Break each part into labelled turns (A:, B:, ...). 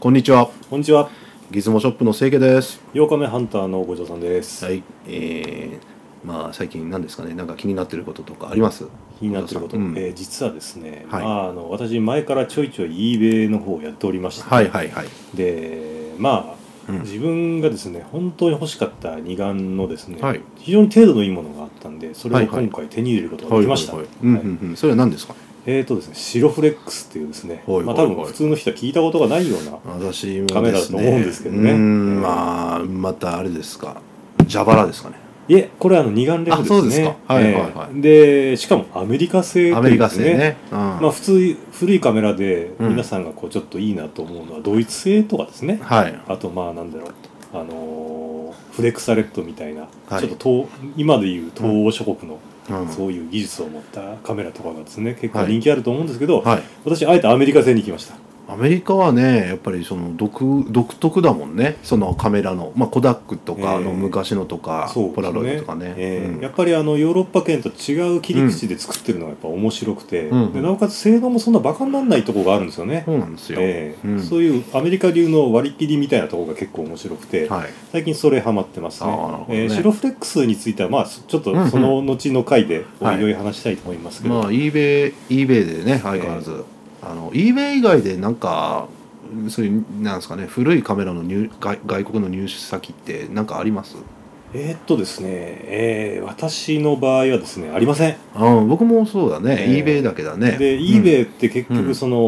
A: こんにちは。
B: こんにちは。
A: ギズモショップの清家です。
B: 8日目ハンターの五条さんです。
A: はい。えー、まあ最近何ですかね、なんか気になってることとかあります
B: 気になってること、
A: うん
B: えー実はですね、
A: はい
B: まあ、あの私前からちょいちょい eBay の方をやっておりまして、
A: はいはいはい。
B: でま
A: う
B: あ、
A: ん
B: 自分がですね本当に欲しかった二眼のですね、
A: はい
B: 非常に程度のいいものがあったんでそれを
A: はいはい
B: 今回手に入れることができました。
A: はいはいはいうんうんうん。それは何ですか
B: えーとですねシロフレックスっていうですね、
A: はいはい
B: まあ、多分普通の人は聞いたことがないような、
A: 私も
B: カメラだと思うんですけどね
A: うーん、
B: えー
A: まあ、またあれですか。蛇腹ですかね。
B: いえこれはあの二眼レフですね
A: あそうですかはいはいはい
B: えーでしかもアメリカ製
A: ア
B: と
A: メ
B: い
A: リ
B: うで
A: カ
B: す
A: 製ね。うん
B: まあ、普通古いカメラで
A: うん
B: 皆さんがこうちょっといいなと思うのはドイツ製とかですね、
A: はい。
B: あとまあなんだろうあのーフレクサレットみたいな、
A: はい
B: ちょっと東今でいう東欧諸国の
A: うん
B: そういう技術を持ったカメラとかがですね結構
A: はい
B: 人気あると思うんですけど、
A: はい。
B: 私あえてアメリカ製に来ました
A: アメリカはねやっぱりその独独特だもんねそのカメラの、まあ、コダックとかあの
B: えー
A: 昔のとか、
B: そうですね
A: ポラロイドとかね、
B: えーやっ
A: ぱ
B: ぱりあのヨーロッパ圏と違う切り口で作ってるのがやっぱ面白くて、
A: うん
B: でなおかつ性能もそんなバカにならないとこがあるんですよね、
A: そうなんですよ、
B: えー
A: うん
B: そういうアメリカ流の割り切りみたいなところが結構面白くて、
A: はい
B: 最近それハマってます
A: あ
B: ね
A: ーなるほどね
B: えーシロフレックスについてはまあそちょっ
A: うんうん
B: とその後の回でお
A: はい
B: いおい話したいと思いますけど、
A: まあ eBay, eBay でね相変わらず、あの eBay 以外でなんかそういうなんですかね古いカメラの入外外国の入手先ってなんかあります
B: えーっとですね、えー私の場合はですねありません、
A: あ僕もそうだね、
B: えー
A: eBay だけだね
B: で
A: うん
B: eBay って結
A: うん
B: 局その、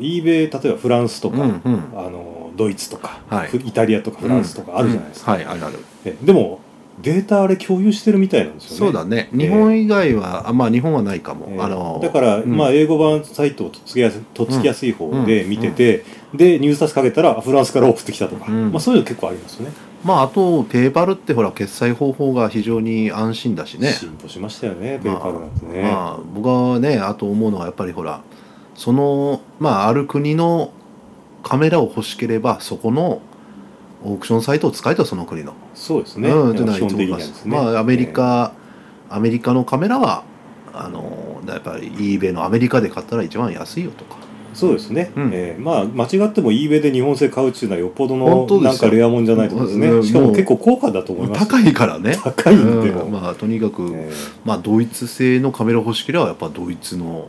B: eBay 例えばフランスとか、
A: うんうん
B: あのドイツとか、
A: はい
B: フイタリアとかフランスとかあるじゃないですか、
A: うんはいあるある
B: えでもデータあれ共有してるみたいなんですよね
A: そうだね日本以外は、あまあ日本はないかも、
B: えー
A: あの
B: だから、
A: うん
B: まあ、英語版サイトをとっつきやすとっつきやすい方で
A: うん
B: 見てて、でニュースタスかけたらフランスから送ってきたとか、
A: うん
B: まあ、そういうの結構ありますよね
A: まあ、あとペーパルってほら決済方法が非常に安心だしね、
B: 進歩しましたよねペ
A: まあ
B: ーパルなんてね、
A: まあ、僕はねあと思うのはやっぱりほらその、まあ、ある国のカメラを欲しければそこのオークションサイトを使えとその国の、
B: そうですね、
A: うん、っての
B: ま
A: はい
B: あ基
A: つ
B: 本
A: も言い
B: 的には
A: ま
B: ですすね、
A: まあ、アメリカ、アメリカのカメラはあのやっぱり eBay のアメリカで買ったら一番安いよとか
B: えーそうですね、
A: うん
B: えーまあ間違っても eBay で日本製買うっていうのはよっぽど
A: 本
B: の
A: 当で
B: なん
A: すよ
B: かレアもんじゃないとですね、
A: うん
B: しかも
A: もう
B: 結構高価だと思います
A: 高いからね
B: 高いんでも、
A: うんまあ、とにかく、
B: えー
A: まあ、ドイツ製のカメラ欲しければやっぱドイツの、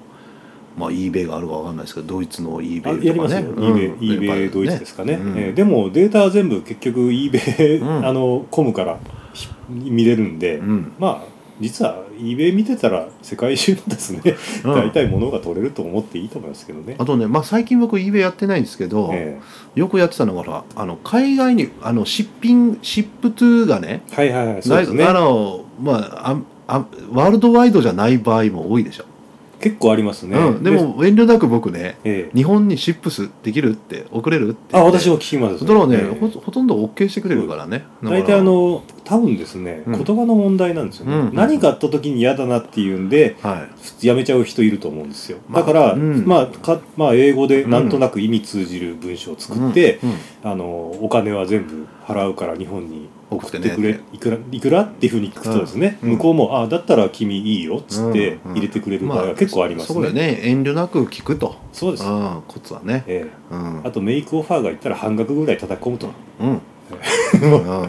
A: まあ、eBay があるかわかんないですけどドイツの
B: あや
A: eBay と
B: りま
A: か
B: す
A: ね
B: よ、
A: うん
B: eBay, eBay ドイツですかね、えーでもデータは全部結局 eBay、
A: うん
B: あのコムからひ見れるんで、
A: うん
B: まあ実は eBay 見てたら世界中のですね、
A: うん
B: 大体物が取れると思っていいと思いますけどね。
A: あとね、まあ、最近僕 eBay やってないんですけど、
B: え
A: よくやってたのがほらあの海外にあのシッピングシップトゥがね
B: えはいはいはいそうですね
A: あのまあああワールドワイドじゃない場合も多いでしょ、
B: 結構ありますね。
A: うん、でも遠慮なく僕ね
B: ええ
A: 日本にシップスできるって送れるって言
B: あ
A: って
B: 私も聞きます
A: そしたらね、
B: ええ
A: ほほとんど OK してくれるからねだから
B: 大体あの多分ですね、
A: うん
B: 言葉の問題なんですよね、
A: うん
B: 何かあった時に嫌だなっていうんで
A: はい
B: やめちゃう人いると思うんですよ
A: まあ
B: だから、
A: うん
B: まあかまあ、英語でなんとなく意味通じる文章を作って、
A: うんうん
B: あのお金は全部払うから日本に
A: 送って
B: 送っ
A: ね
B: てくれいくらいくらっていうふうに聞くとですね、
A: うん
B: 向こうも「あだったら君いいよ」っつって
A: うんうん
B: 入れてくれる場合は結構あります
A: そこ
B: ね。
A: でね遠慮なく聞くと
B: そうです、
A: うんコツはね
B: え
A: うん
B: えあとメイクオファーがいったら半額ぐらい叩き込むと
A: うんうん
B: あ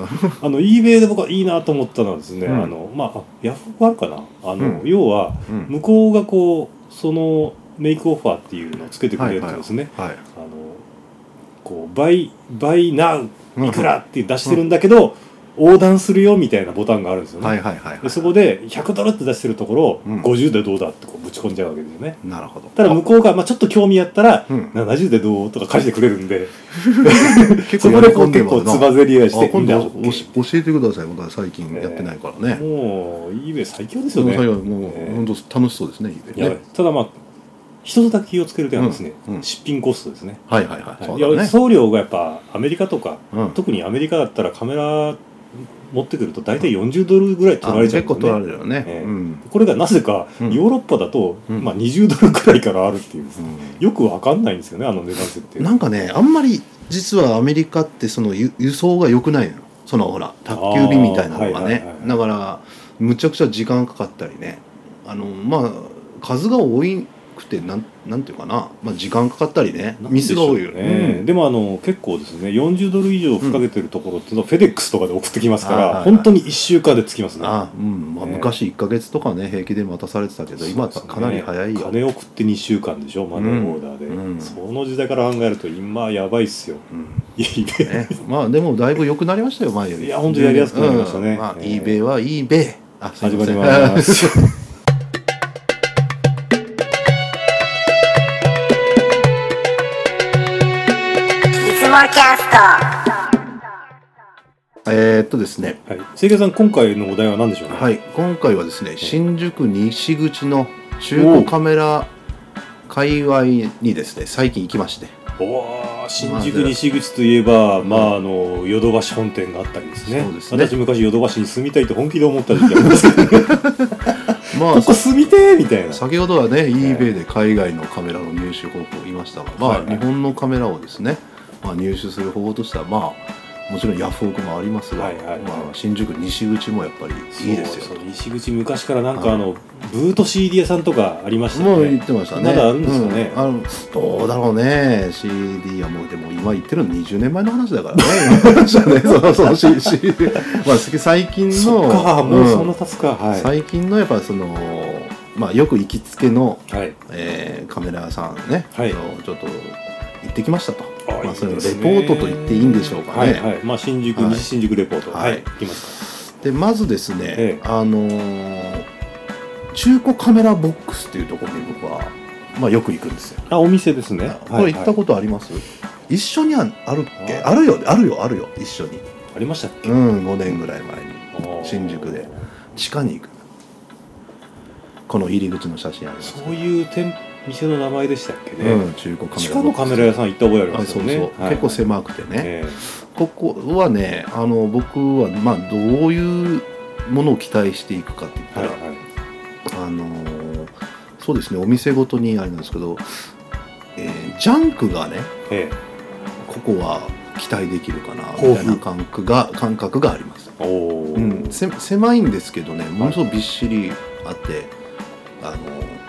B: の eBay で僕はいいなと思ったのはですね、
A: うん
B: あのまあヤフオクあるかなあの、
A: うん
B: 要は
A: うん
B: 向こうがこうそのメイクオファーっていうのをつけてくれるとですね、
A: はい
B: あのこう「buy, buy now
A: うん
B: いくら?」って出してるんだけど、横断するよみたいなボタンがあるんですよね、
A: はいはいはいは
B: でそこで100ドルって出してるところを
A: うん
B: 50でどうだってこうぶち込んじゃうわけですよね
A: いなるほど
B: ただ向こうが、まあ、ちょっと興味やったら
A: うん
B: 70でどうとか返してくれるんで
A: 結
B: そこでこう
A: 喜
B: 結
A: ん
B: 構
A: るな
B: つばぜり合いし
A: あ
B: て
A: 今
B: みんな
A: 度
B: OK
A: おし教えてください僕は最近やってないからね
B: もう eBay 最強で
A: そ
B: すよ
A: の
B: ね
A: 際はもう
B: ええ
A: 本当楽しそうですねイベ
B: やばい
A: ね
B: ただまあ一つだけ気をつける点はですね、
A: うんうん
B: 出品コストですね,
A: はいはい
B: は、
A: はいいそう
B: い
A: だ
B: や
A: ね
B: 送料がやっぱアメリカとか
A: うん
B: 特にアメリカだったらカメラ持ってくると大体40ドルぐらい取
A: あ
B: られちゃう
A: 結
B: ん
A: 構
B: で
A: 取
B: す
A: ら
B: よ
A: れ
B: ね
A: るよね
B: ええ
A: うん
B: これがなぜか
A: う
B: ヨ
A: ん
B: ーロッパだと、
A: うん
B: まあ、20ドルぐらいからあるっていうですね、
A: うん
B: よくわかんないんですよねあの値段設定
A: なんかねあんまり実はアメリカってその輸輸送が良くないのそのほら宅急便みたいなのが
B: あーはい
A: ね
B: はいはい
A: だからむちゃくちゃ時間かかったりねあのまあ数が多いくてなんなんていうかな、まあ、時間かかったりね
B: なんで
A: ミス
B: し
A: が
B: ょう
A: 多いよ
B: ね、
A: うん
B: でもあの結構ですね40ドル以上吹っかけてるところっていうのはフェデックスとかで送ってきますか
A: はいはい
B: ら、
A: はい
B: 本当に1週間で着きますね
A: あうんまあ、
B: ね
A: 昔1か月とかね平気で待たされてたけど今は
B: そうですね
A: かなり早いよ、
B: 金送って2週間でしょマネーオーダーで、
A: うん
B: その時代から考えると今やばいっすよ
A: うん
B: いいね
A: ね、まあでもだいぶ良くなりましたよ前より
B: いや本当やりやすくなりましたね
A: うんまあ、
B: ええ
A: eBay は eBay あすい
B: 始ま
A: ませ
B: り
A: ん
B: ます
C: いつもキャスト
A: えーっとですね
B: はい清家さん今回のお題は何でしょうね、
A: はい今回はですね新宿西口の中古カメラ界隈にですね最近行きまして
B: おー新宿西口といえば、
A: うん
B: まああのヨドバシ本店があったりですね
A: そうですね
B: 私昔ヨドバシに住みたいと本気で思った時期あります けど
A: まあ
B: ここ住みてーみたいな
A: 先ほどはね eBay で海外のカメラの入手方法を言いましたが、ま
B: はい
A: あ、
B: はい
A: 日本のカメラをですね、まあ、入手する方法としてはまあもちろんヤフオクもありますが、
B: はいはいはい
A: まあ、新宿西口もやっぱりいいですよ
B: そうそう西口昔からなんかあの、ブート CD 屋さんとかありました
A: も
B: よ
A: う言
B: ね
A: ってましたね
B: まだあるんですかね
A: うんあのどうだろうね CD はもうでも今言ってるの20年前の話だ からねじゃあねそうそう C- CD まあ最近の
B: そっかもうそんな
A: うん
B: 経つか、はい、
A: 最近のやっぱそのまあよく行きつけの
B: はい、
A: えーカメラ屋さんね、
B: はい
A: あのちょっと行ってきましたと
B: あ
A: まあ、それ
B: いい
A: を
B: です
A: レ
B: ね
A: ポートと言っていいんでしょうかね。
B: はいはいまあ、新宿、
A: はい
B: 西新宿レポート
A: はい
B: 行きます
A: でまずですね、
B: ええ
A: あのー中古カメラボックスっていうところに僕は、まあ、よく行くんですよ。
B: かあお店ですね
A: これ行った
B: こ
A: ことあります、一緒にはあるっけ
B: あ
A: あるよあるよあるよ一緒に
B: とありましたっけ、
A: うん5年ぐらい前に
B: あー
A: 新宿で地下に行くこの入り口の写真あります
B: そういう店店の名前でしたっけね、
A: うん、中古カメラボックス
B: 地下のカメラ屋さん行った覚えあり
A: あ
B: ます
A: そ
B: よ
A: うそう、
B: ね
A: 結構
B: い、
A: 狭くてね、
B: え
A: ここはねあの僕は、まあ、どういうものを期待していくかって言っ
B: え
A: た
B: はい
A: ら、
B: はい
A: あのそうですねお店ごとにあれなんですけど、えージャンクがね
B: ええ
A: ここは期待できるかな
B: 豊富
A: みたいな感覚が感覚があります、
B: おお、
A: うん、せ狭いんですけどねものすごくびっしりあって、あ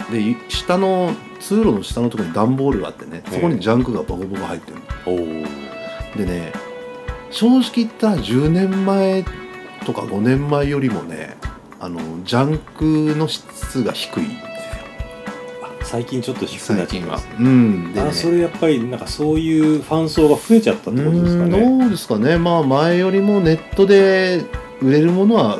A: のでい下の通路の下のところに段ボールがあってねそこにジャンクがボコボコ入ってる
B: おー
A: でね正直言ったら10年前とか5年前よりもねあのジャンクの質が低いん
B: あ最近ちょっと低
A: です
B: く
A: よ
B: な
A: 最
B: っちゃい
A: 近
B: ま
A: は
B: す。
A: うんでね
B: あそれやっぱりなんかそういうファン層が増えちゃったってことですか
A: う
B: ね。
A: んどうですかねまあ前よりもネットで売れるものは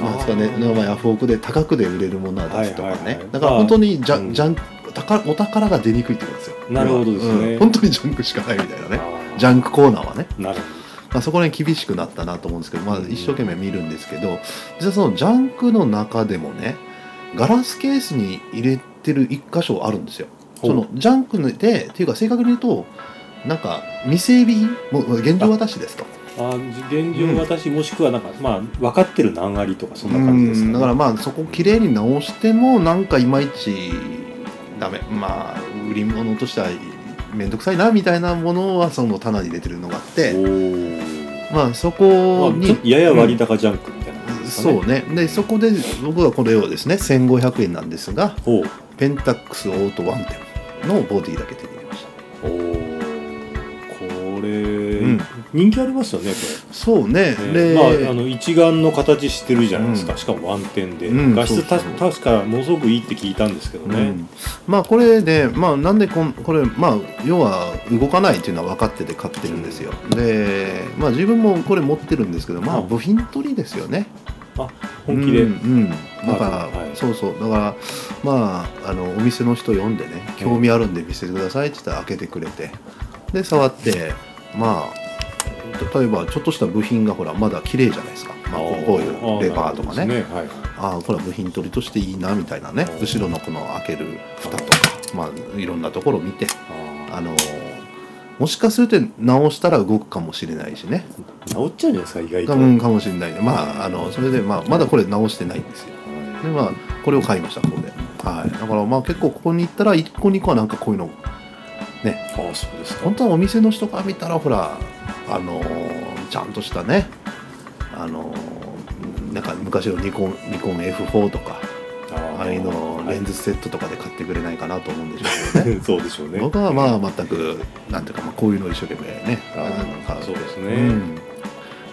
A: なんですかね
B: あー
A: まあヤフオクで高くで売れるものは出すとかね、
B: はいはいはい
A: だから本当にジャ,、
B: まあ
A: ジャン宝お宝が出にくいってことですよ
B: なるほどですね
A: うん本当にジャンクしかないみたいなね
B: あー
A: ジャンクコーナーはね
B: なる
A: まあ、そこら辺厳しくなったなと思うんですけど、まあ、
B: うん
A: 一生懸命見るんですけど、実はそのジャンクの中でもねガラスケースに入れてる一箇所あるんですよ。
B: ほう
A: そのジャンクでっていうか正確に言うとなんか未整備品もう現状私ですと
B: ほど。あー現状私もしくはなんか、まあ分かってる難ありとかそんな感じですか、
A: う
B: ね。
A: んだからまあそこを綺麗に直してもなんかいまいちダメまあ売り物としては面倒くさいなみたいなものはその棚に入れてるのがあって
B: お
A: まあそこ
B: お。まあ
A: に、
B: ちょっとやや割高ジャンクみたいな感じですかね。
A: そうねでそこで僕はこれをですね1500円なんですが
B: ほう。
A: ペンタックスオートワンテンのボディだけ手に入れました
B: おお。これ、
A: ん
B: 人気ありますよねこれ。
A: そうね、
B: えーまあ、あの一眼の形してるじゃないですか、
A: うん
B: しかもワンテンで、
A: うん
B: 画質た
A: そうそう
B: 確かものすごくいいって聞いたんですけど
A: うん
B: ね、
A: まあこれね、まあ、なんでこんこれ、まあ、要は動かないっていうのは分かってて買ってるんですよ、で、まあ、自分もこれ持ってるんですけど、まあ、
B: うん
A: 部品取りですよね
B: 本気で、
A: うんうんだから、
B: はい
A: そうそうだからまああのお店の人呼んでね「興味あるんで見せてください」って言ったら開けてくれてで触ってまあ例えばちょっとした部品がほらまだ綺麗じゃないですか、まあ、こうこういうレバーとかね
B: あなるほどですね
A: ああこれは部品取りとしていいなみたいなね
B: お
A: 後ろのこの開ける蓋とか、まあ、いろんなところを見て
B: はいあ
A: あのもしかすると直したら動くかもしれないしね
B: 治っちゃうんじゃないですか意外と、
A: 多分かもしれないねまああのそれで、まあ、まだこれ直してないんですよでまあこれを買いましたここで、はい、だからまあ結構ここに行ったら1個2個はなんかこういうの
B: ああそうですか
A: 本当はお店の人から見たらほらあのーちゃんとしたねあのーなんか昔のニコンニコン F4 とか
B: あ
A: あああいうのをレンズセットとかで買ってくれないかなと思うんでしょうけどね
B: そうでし ょうね
A: 僕はまあ全くなんていうかまあこういうの一生懸命ね
B: あー
A: あの買
B: そうですね
A: んで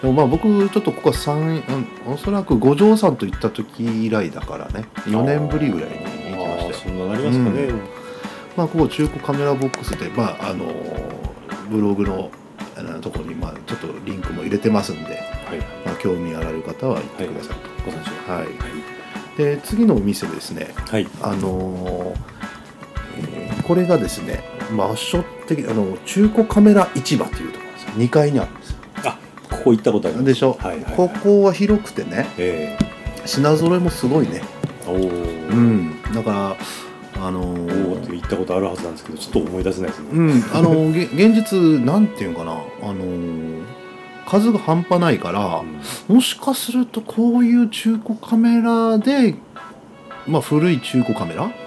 A: もまあ僕ちょっとここは三うんおそらく五条さんと行った時以来だからね4年ぶりぐらいに行きました
B: あー
A: よ
B: そんななりますかね、
A: うまあ、ここ中古カメラボックスで、まあ、あのブログのあのところに、まあ、ちょっとリンクも入れてますんで、
B: はい
A: まあ、興味あられる方は行ってくださいと、
B: ご参照
A: はい
B: は
A: で次のお店ですね、
B: い、はい、
A: あのえーこれがですね場所的あの中古カメラ市場というところです2階にあるんですよ
B: あここ行ったことあります
A: でしょ、
B: はいはいはい、
A: ここは広くてね
B: え
A: 品揃えもすごいね
B: えおー
A: うんだからあの
B: おーって言ったことあるはずなんですけどちょっと思い出せないですね、
A: うん、あのげ現実なんていうんかなあのー数が半端ないから
B: うん
A: もしかするとこういう中古カメラで、まあ、古い中古カメラ
B: はい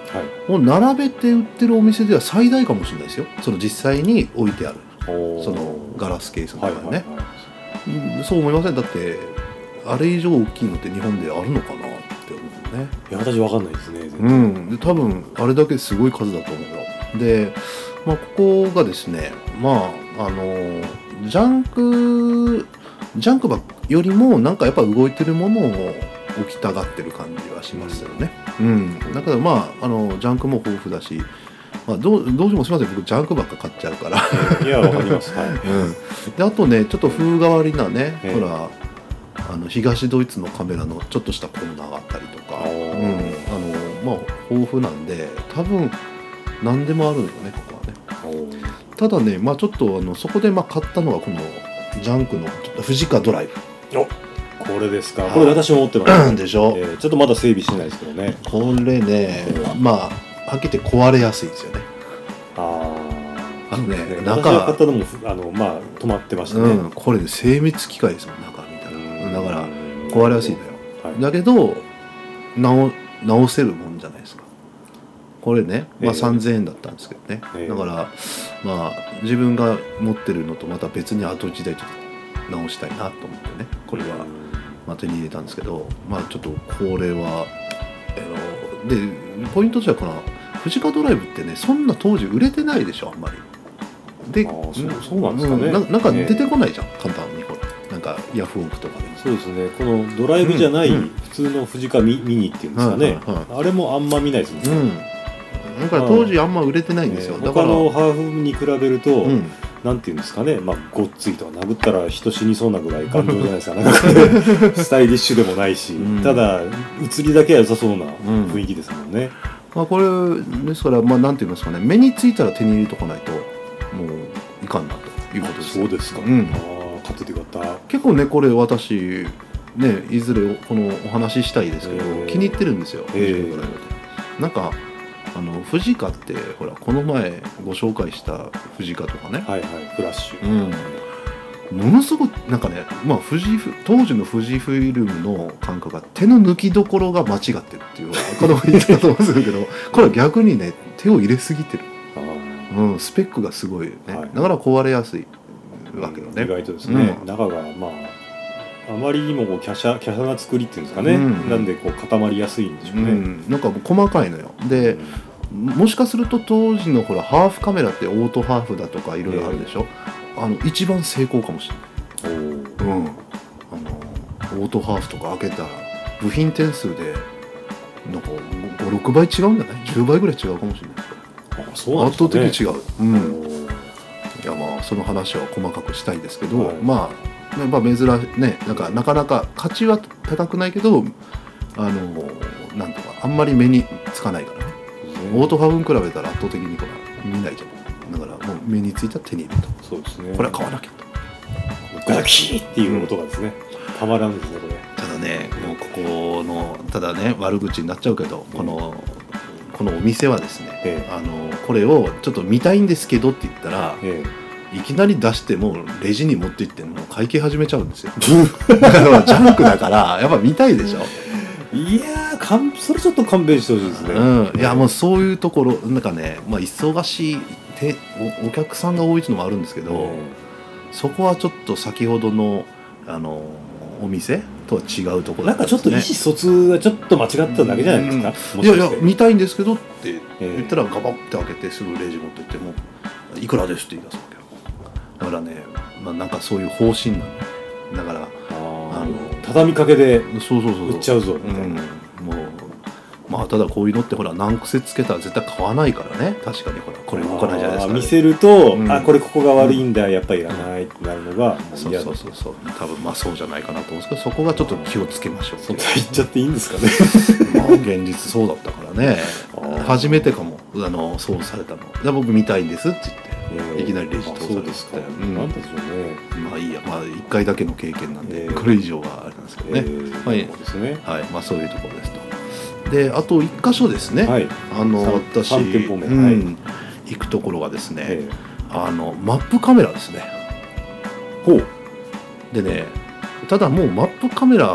A: を並べて売ってるお店では最大かもしれないですよその実際に置いてある
B: おー
A: そのガラスケースとか
B: はい
A: ね、
B: はいはい
A: うんそう思いませんだってあれ以上大きいのって日本であるのかなって思うね
B: いや私わかんないですね全然
A: うん、で多分あれだけすごい数だと思うよで、まあ、ここがですねまああのジャンクジャンクばっよりもなんかやっぱ動いてるものを置きたがってる感じはしますよね、うんだからまああのジャンクも豊富だし、まあ、どうどうしてもすいません僕ジャンクばっか買っちゃうから、
B: いやわかりますはい
A: であとねちょっと風変わりなね、
B: ええ
A: ほらあの東ドイツのカメラのちょっとしたコーナーがあったりとか、
B: おー
A: うん、あのまあ豊富なんで多分何でもあるんよねここはね
B: おー
A: ただね、まあ、ちょっとあのそこでまあ買ったのがこのジャンクのちょっと富士カドライ
B: これですか
A: はい
B: これ私も持ってます、
A: ブでしょ、
B: えーちょっとまだ整備してないですけどね
A: これねまあはっきり言って壊れやすいですよね
B: あ
A: あのね
B: あ、ね、
A: 中
B: 私が買ったのもあのまあ止まってましたね、
A: うん、これね精密機械ですもん中みたい
B: うん
A: なだから壊れやすいんだよ
B: はい
A: だけど直直せるもんじゃないですかこれね、まあ、
B: ええ
A: 3000円だったんですけどね、
B: ええ
A: だからまあ自分が持ってるのとまた別に後時代ちょっと直したいなと思ってねこれは、まあ、手に入れたんですけどまあちょっとこれはあのでポイントとしてはこのフジカドライブってねそんな当時売れてないでしょあんまりで
B: あーそうそうなんですかね
A: ななんか
B: ええ
A: 出てこないじゃん、簡単にこれなんかヤフオクとかでも
B: そうですねこのドライブじゃない、
A: うんうん
B: 普通の藤川ミミニっていうんですかね、
A: はいはいはい
B: あれもあんま見ないですもんね、
A: うん、だから当時あんま売れてないんですよ、
B: えー
A: だか
B: 他
A: ら、
B: のハーフに比べると、
A: うん、
B: なんていうんですかね、まあ、ごっついとか殴ったら人死にそうなぐらい頑丈じゃないですかなんかね スタイリッシュでもないし、
A: うん
B: ただ映りだけは良さそうなん雰囲気ですもんね、
A: まあ、これですから、まあ、なんて言いますかね目についたら手に入れとかないともういかんなということです
B: そうですか、
A: うん
B: あー買っててよかった
A: 結構ねこれ私ねいずれこのお話ししたいですけど、
B: えー
A: 気に入ってるんですよ、
B: えー
A: 藤井ドライブってなんかあの藤カってほらこの前ご紹介した藤カとかね、
B: はいはいフラッシュ、
A: うんものすごくなんかね、まあ、富士フ当時の富士フィルムの感覚が手の抜きどころが間違ってるっていうこの言ってたと思うんですけ どこれは逆にね手を入れすぎてる、
B: あ
A: うん、スペックがすごいよね、
B: はい
A: だから壊れやすい
B: ー
A: わけよ
B: 意
A: ね。
B: 外とですね、
A: うん
B: 中がまああまりにもこう華奢華奢な作りっていうんですかね、
A: うん
B: なんでこう固まりやすいんでしょ
A: う
B: うね、
A: ん、なんかもう細かいのよでもしかすると当時のほらハーフカメラってオートハーフだとかいろいろあるでしょ、あの一番成功かもしれない
B: うんおー
A: うん、あのオートハーフとか開けたら部品点数でなんか56倍違うんじゃない10倍ぐらい違うかもしれない
B: あそうなんで
A: 圧
B: すか
A: 倒的
B: ね
A: に違う、うん、
B: おー
A: いやまあその話は細かくしたいですけど、
B: はい
A: まあやっぱ珍しいねなんかなかなか価値は高くないけどあのなんとかあんまり目につかないからね、オートハーフに比べたら圧倒的にこれ見ないじゃんだからもう目についたら手に入れと
B: そうですね
A: これは買わなきゃと
B: ガキーっていう音がですね、たまらんですねこれ
A: ただねもうここのただね悪口になっちゃうけどこの、このお店はですね、
B: ええ
A: あのこれをちょっと見たいんですけどって言ったら、
B: え
A: いきなり出してもうレジに持って行ってもう会計始めちゃうんですよだから ジャンクだからやっぱ見たいでしょ、
B: えいやーかんそれちょっと勘弁してほしいですね、
A: うん、いやもうそういうところなんかね、まあ、忙しいておお客さんが多いのもあるんですけど、
B: え
A: そこはちょっと先ほどのあのお店とは違うところ
B: なんかちょっと意思疎通がちょっと間違っただけじゃないですか、
A: うん
B: も
A: い
B: し
A: やい
B: か
A: や
B: して
A: 見たいんですけどって
B: ええ
A: 言ったらガバッて開けてすぐレジ持ってっても「いくらです」って言い出すわけよだからね、まあ、なんかそういう方針なのだから
B: あ
A: あ
B: あ
A: の
B: 畳みかけで
A: そうそうそう
B: 売っちゃうぞみたい
A: う
B: な、
A: ん、もうまあただこういうのってほら難癖つけたら絶対買わないからね確かにほらこれ動かないじゃないです
B: あー
A: か
B: 見せると、
A: うん
B: あこれここが悪いんだやっぱりいらないってなるのがもう
A: そう
B: 嫌
A: そ
B: だ
A: うそうそう多分まあそうじゃないかなと思うんですけどそこがちょっと気をつけましょうって
B: そ
A: い
B: ん
A: う
B: な言っちゃっていいんですかね
A: まあ現実そうだったからね
B: あー
A: 初めてかもあのそうされたので僕見たいんですって言って いきなりレジ
B: あ
A: 通され
B: そう
A: て
B: ですか、
A: うん
B: なんでしょうね、
A: まあいいやまあ1回だけの経験なんで、
B: えー
A: これ以上はあれなんですけどね、
B: えー
A: はい
B: そうですね
A: はいまあそういうところですとであと1箇所ですね、
B: はい
A: あの
B: さん
A: 私、
B: 三店舗目
A: うん
B: はい
A: 行くところがですね、
B: え
A: あのマップカメラですね
B: ーほう
A: でねただもうマップカメラ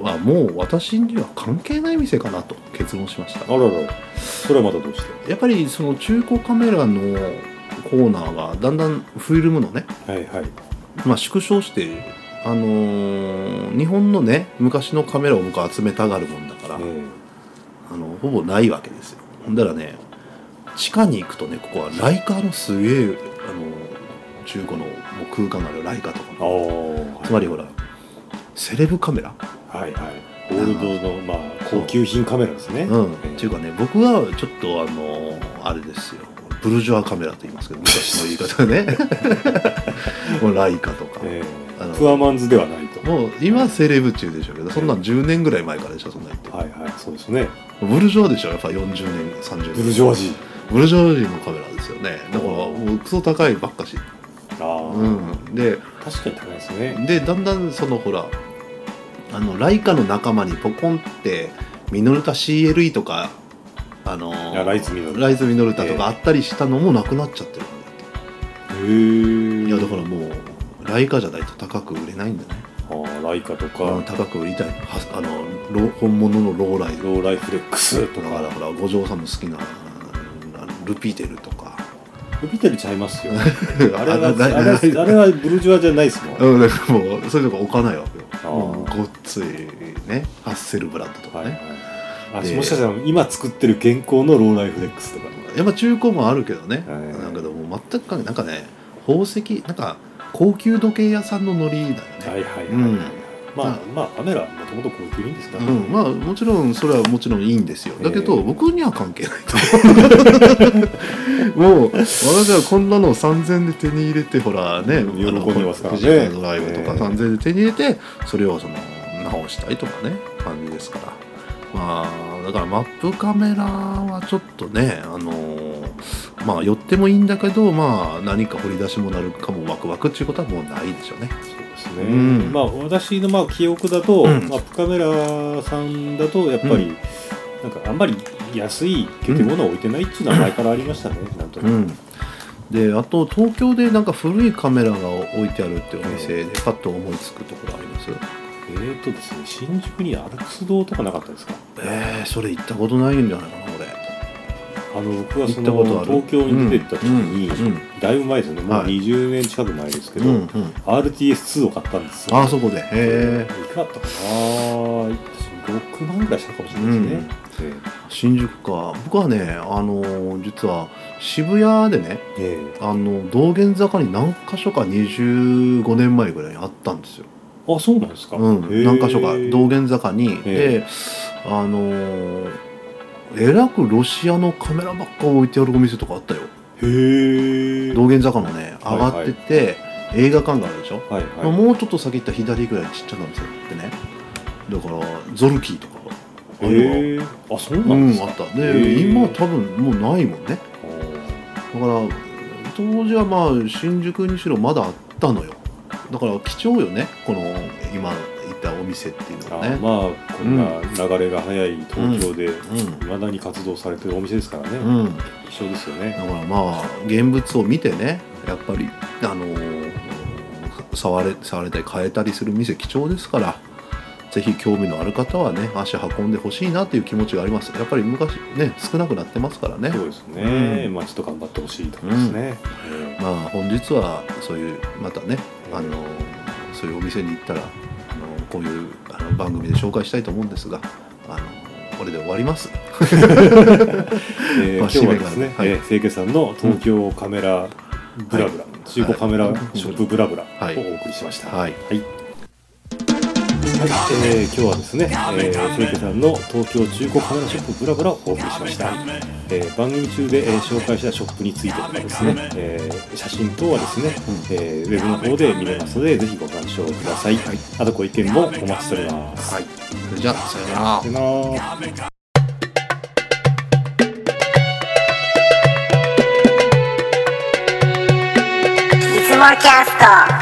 A: はもう私には関係ない店かなと結論しました
B: あららそれはまたどうして
A: やっぱりその中古カメラのコーナーがだんだんフィルムのね、
B: はいはい
A: まあ、縮小して、あのー日本のね昔のカメラを僕は集めたがるもんだから、
B: え
A: あのほぼないわけですよほんだらね地下に行くとねここはライカのすげえ、あのー中古のもう空間があるよライカとか
B: ー、あ
A: の
B: ー
A: つまりほらセレブカメラ
B: はいはいオールドのまあ高級品カメラですね
A: うん、っ
B: えー
A: ていうかね僕はちょっとあのあれですよブルジョアカメラと言いますけど昔の言い方で ね もうライカとか、
B: え
A: あの
B: ー、プアマンズではないと
A: もう今セレブ中でしょうけどそんなん10年ぐらい前からでしょそんなん言って、
B: はいはいそうですね
A: ブルジョアでしょやっぱ40年30年
B: ブルジョワジー
A: ブルジョア人のカメラですよねだからもうクソ高いばっかし、
B: ああ、
A: うん、で
B: 確かに高いですね
A: でだんだんそのほらあのライカの仲間にポコンってミノルタ CLE とかあの
B: いやライズミノルタ
A: ライズミノルタと
B: ええ
A: かあったりしたのもなくなっちゃってるんだ
B: へ
A: いやだからもうライカじゃないと高く売れないんだね
B: ああライカと
A: あの
B: か
A: 高く売りたいはあのロ本物のローライ
B: ローライフレックス
A: と
B: と
A: かだ
B: か
A: から五条さんの好きなあのルピテルとか
B: 見てるちゃいますよあれは
A: あ
B: あ
A: な
B: れはあれはブルジョワじゃないですもん、
A: うん、だからもうそういうとこ置かないわけよ
B: あー
A: もうごっついねハッセルブラッドとか
B: はい
A: ね、
B: はいあ
A: で
B: もしかしたら今作ってる現行のローライフレックスとか
A: やっぱ中古もあるけどね、
B: はい
A: なんかでも全く関係なんかね宝石なんか高級時計屋さんのノリだよね、
B: はいはいはい、
A: うん
B: まあ
A: う
B: まあカメラもともと高級品ですから、
A: うん、まあもちろんそれはもちろんいいんですよだけ
B: え
A: ど
B: え
A: 僕には関係ない ともう私はこんなのを3000で手に入れてほらね
B: 喜んでますからね
A: あのフジカドライブとか
B: ええ
A: 3000で手に入れてそれをその直したいとかね感じですからまあだからマップカメラはちょっとねあのーまあ寄ってもいいんだけどまあ何か掘り出しもなるかもワクワクっていうことはもうないでしょうね
B: そうですね、
A: うん
B: まあ私のまあ記憶だと、
A: うん
B: まあ、プカメラさんだとやっぱり、
A: う
B: なんかあんまり安い建物を置いてないっていうのは前からありましたね、なんとなく
A: うん、であと東京でなんか古いカメラが置いてあるってお店でパッと思いつくところあります
B: えーとですね、新宿にアルクス堂とかなかったですか
A: えー、それ行ったことないんじゃないかな俺
B: あの僕は
A: 行
B: そ
A: ったことあ
B: の
A: る
B: 東京に出てった時に、
A: うんうん
B: だいぶ前ですよねもう
A: はい
B: 20年近く前ですけ
A: うん
B: ど、
A: うん
B: RTS2 を買ったんですよ
A: あそこでへえ
B: いくらだったかな6万ぐらいしたかもしれないですね、
A: 新宿か僕はねあのー実は渋谷でね
B: えええ
A: あの道玄坂に何箇所か25年前ぐらいにあったんですよ、
B: えあそうなんですか、
A: うん、何箇所か道
B: 芸
A: 玄坂にであのーえらくロシアのカメラばっか置いてあるお店とかあったよ
B: へえ
A: 道玄坂のね上がってって、映画館があるでしょ、
B: はい
A: まあ
B: はい
A: もうちょっと先行ったら左ぐらいちっちゃな店があってねだからゾルキーとかあれ
B: へえあそう
A: う
B: なん
A: ん
B: です
A: あ
B: か、
A: った
B: へ
A: で
B: ー
A: 今は多分もうないもんね
B: あ
A: だ
B: ー
A: から当時はまあ新宿にしろまだあったのよだから貴重よねこの今行ったお店っていうの
B: あ
A: はね
B: ーまあこんな流れが早い東京で、
A: う
B: いまだに活動されてるお店ですからね、
A: んうん
B: 一緒ですよね
A: だからまあ現物を見てねやっぱりあのー触れ触れたり変えたりする店貴重ですからぜひ興味のある方はね足運んでほしいなという気持ちがありますやっぱり昔ね少なくなってますからね
B: そうですね、
A: うん
B: まあちょっと頑張ってほしいところですね、え
A: まあ本日はそういうまたね
B: え
A: あのーそういうお店に行ったらあのーこういうあの番組で紹介したいと思うんですがあのこれで終わります
B: えー
A: まあ
B: 今日はです
A: 締
B: ね
A: めがね、はい
B: えー清家さんの東京カメラブラブラ、中古カメラショップブラブラを
A: はい
B: お送りしました。
A: はい
B: はい、はいえー今日はですね、えー、清家さんの東京中古カメラショップブラブラをお送りしました、えー番組中で、えー紹介したショップについてとかですね、えー写真等はですね、えーウェブの方で見れますのでぜひご鑑賞ください、
A: はい
B: あとご意見もお待ちしております、
A: はいそれじゃあさよなら
B: さよなら
C: いつもキャスト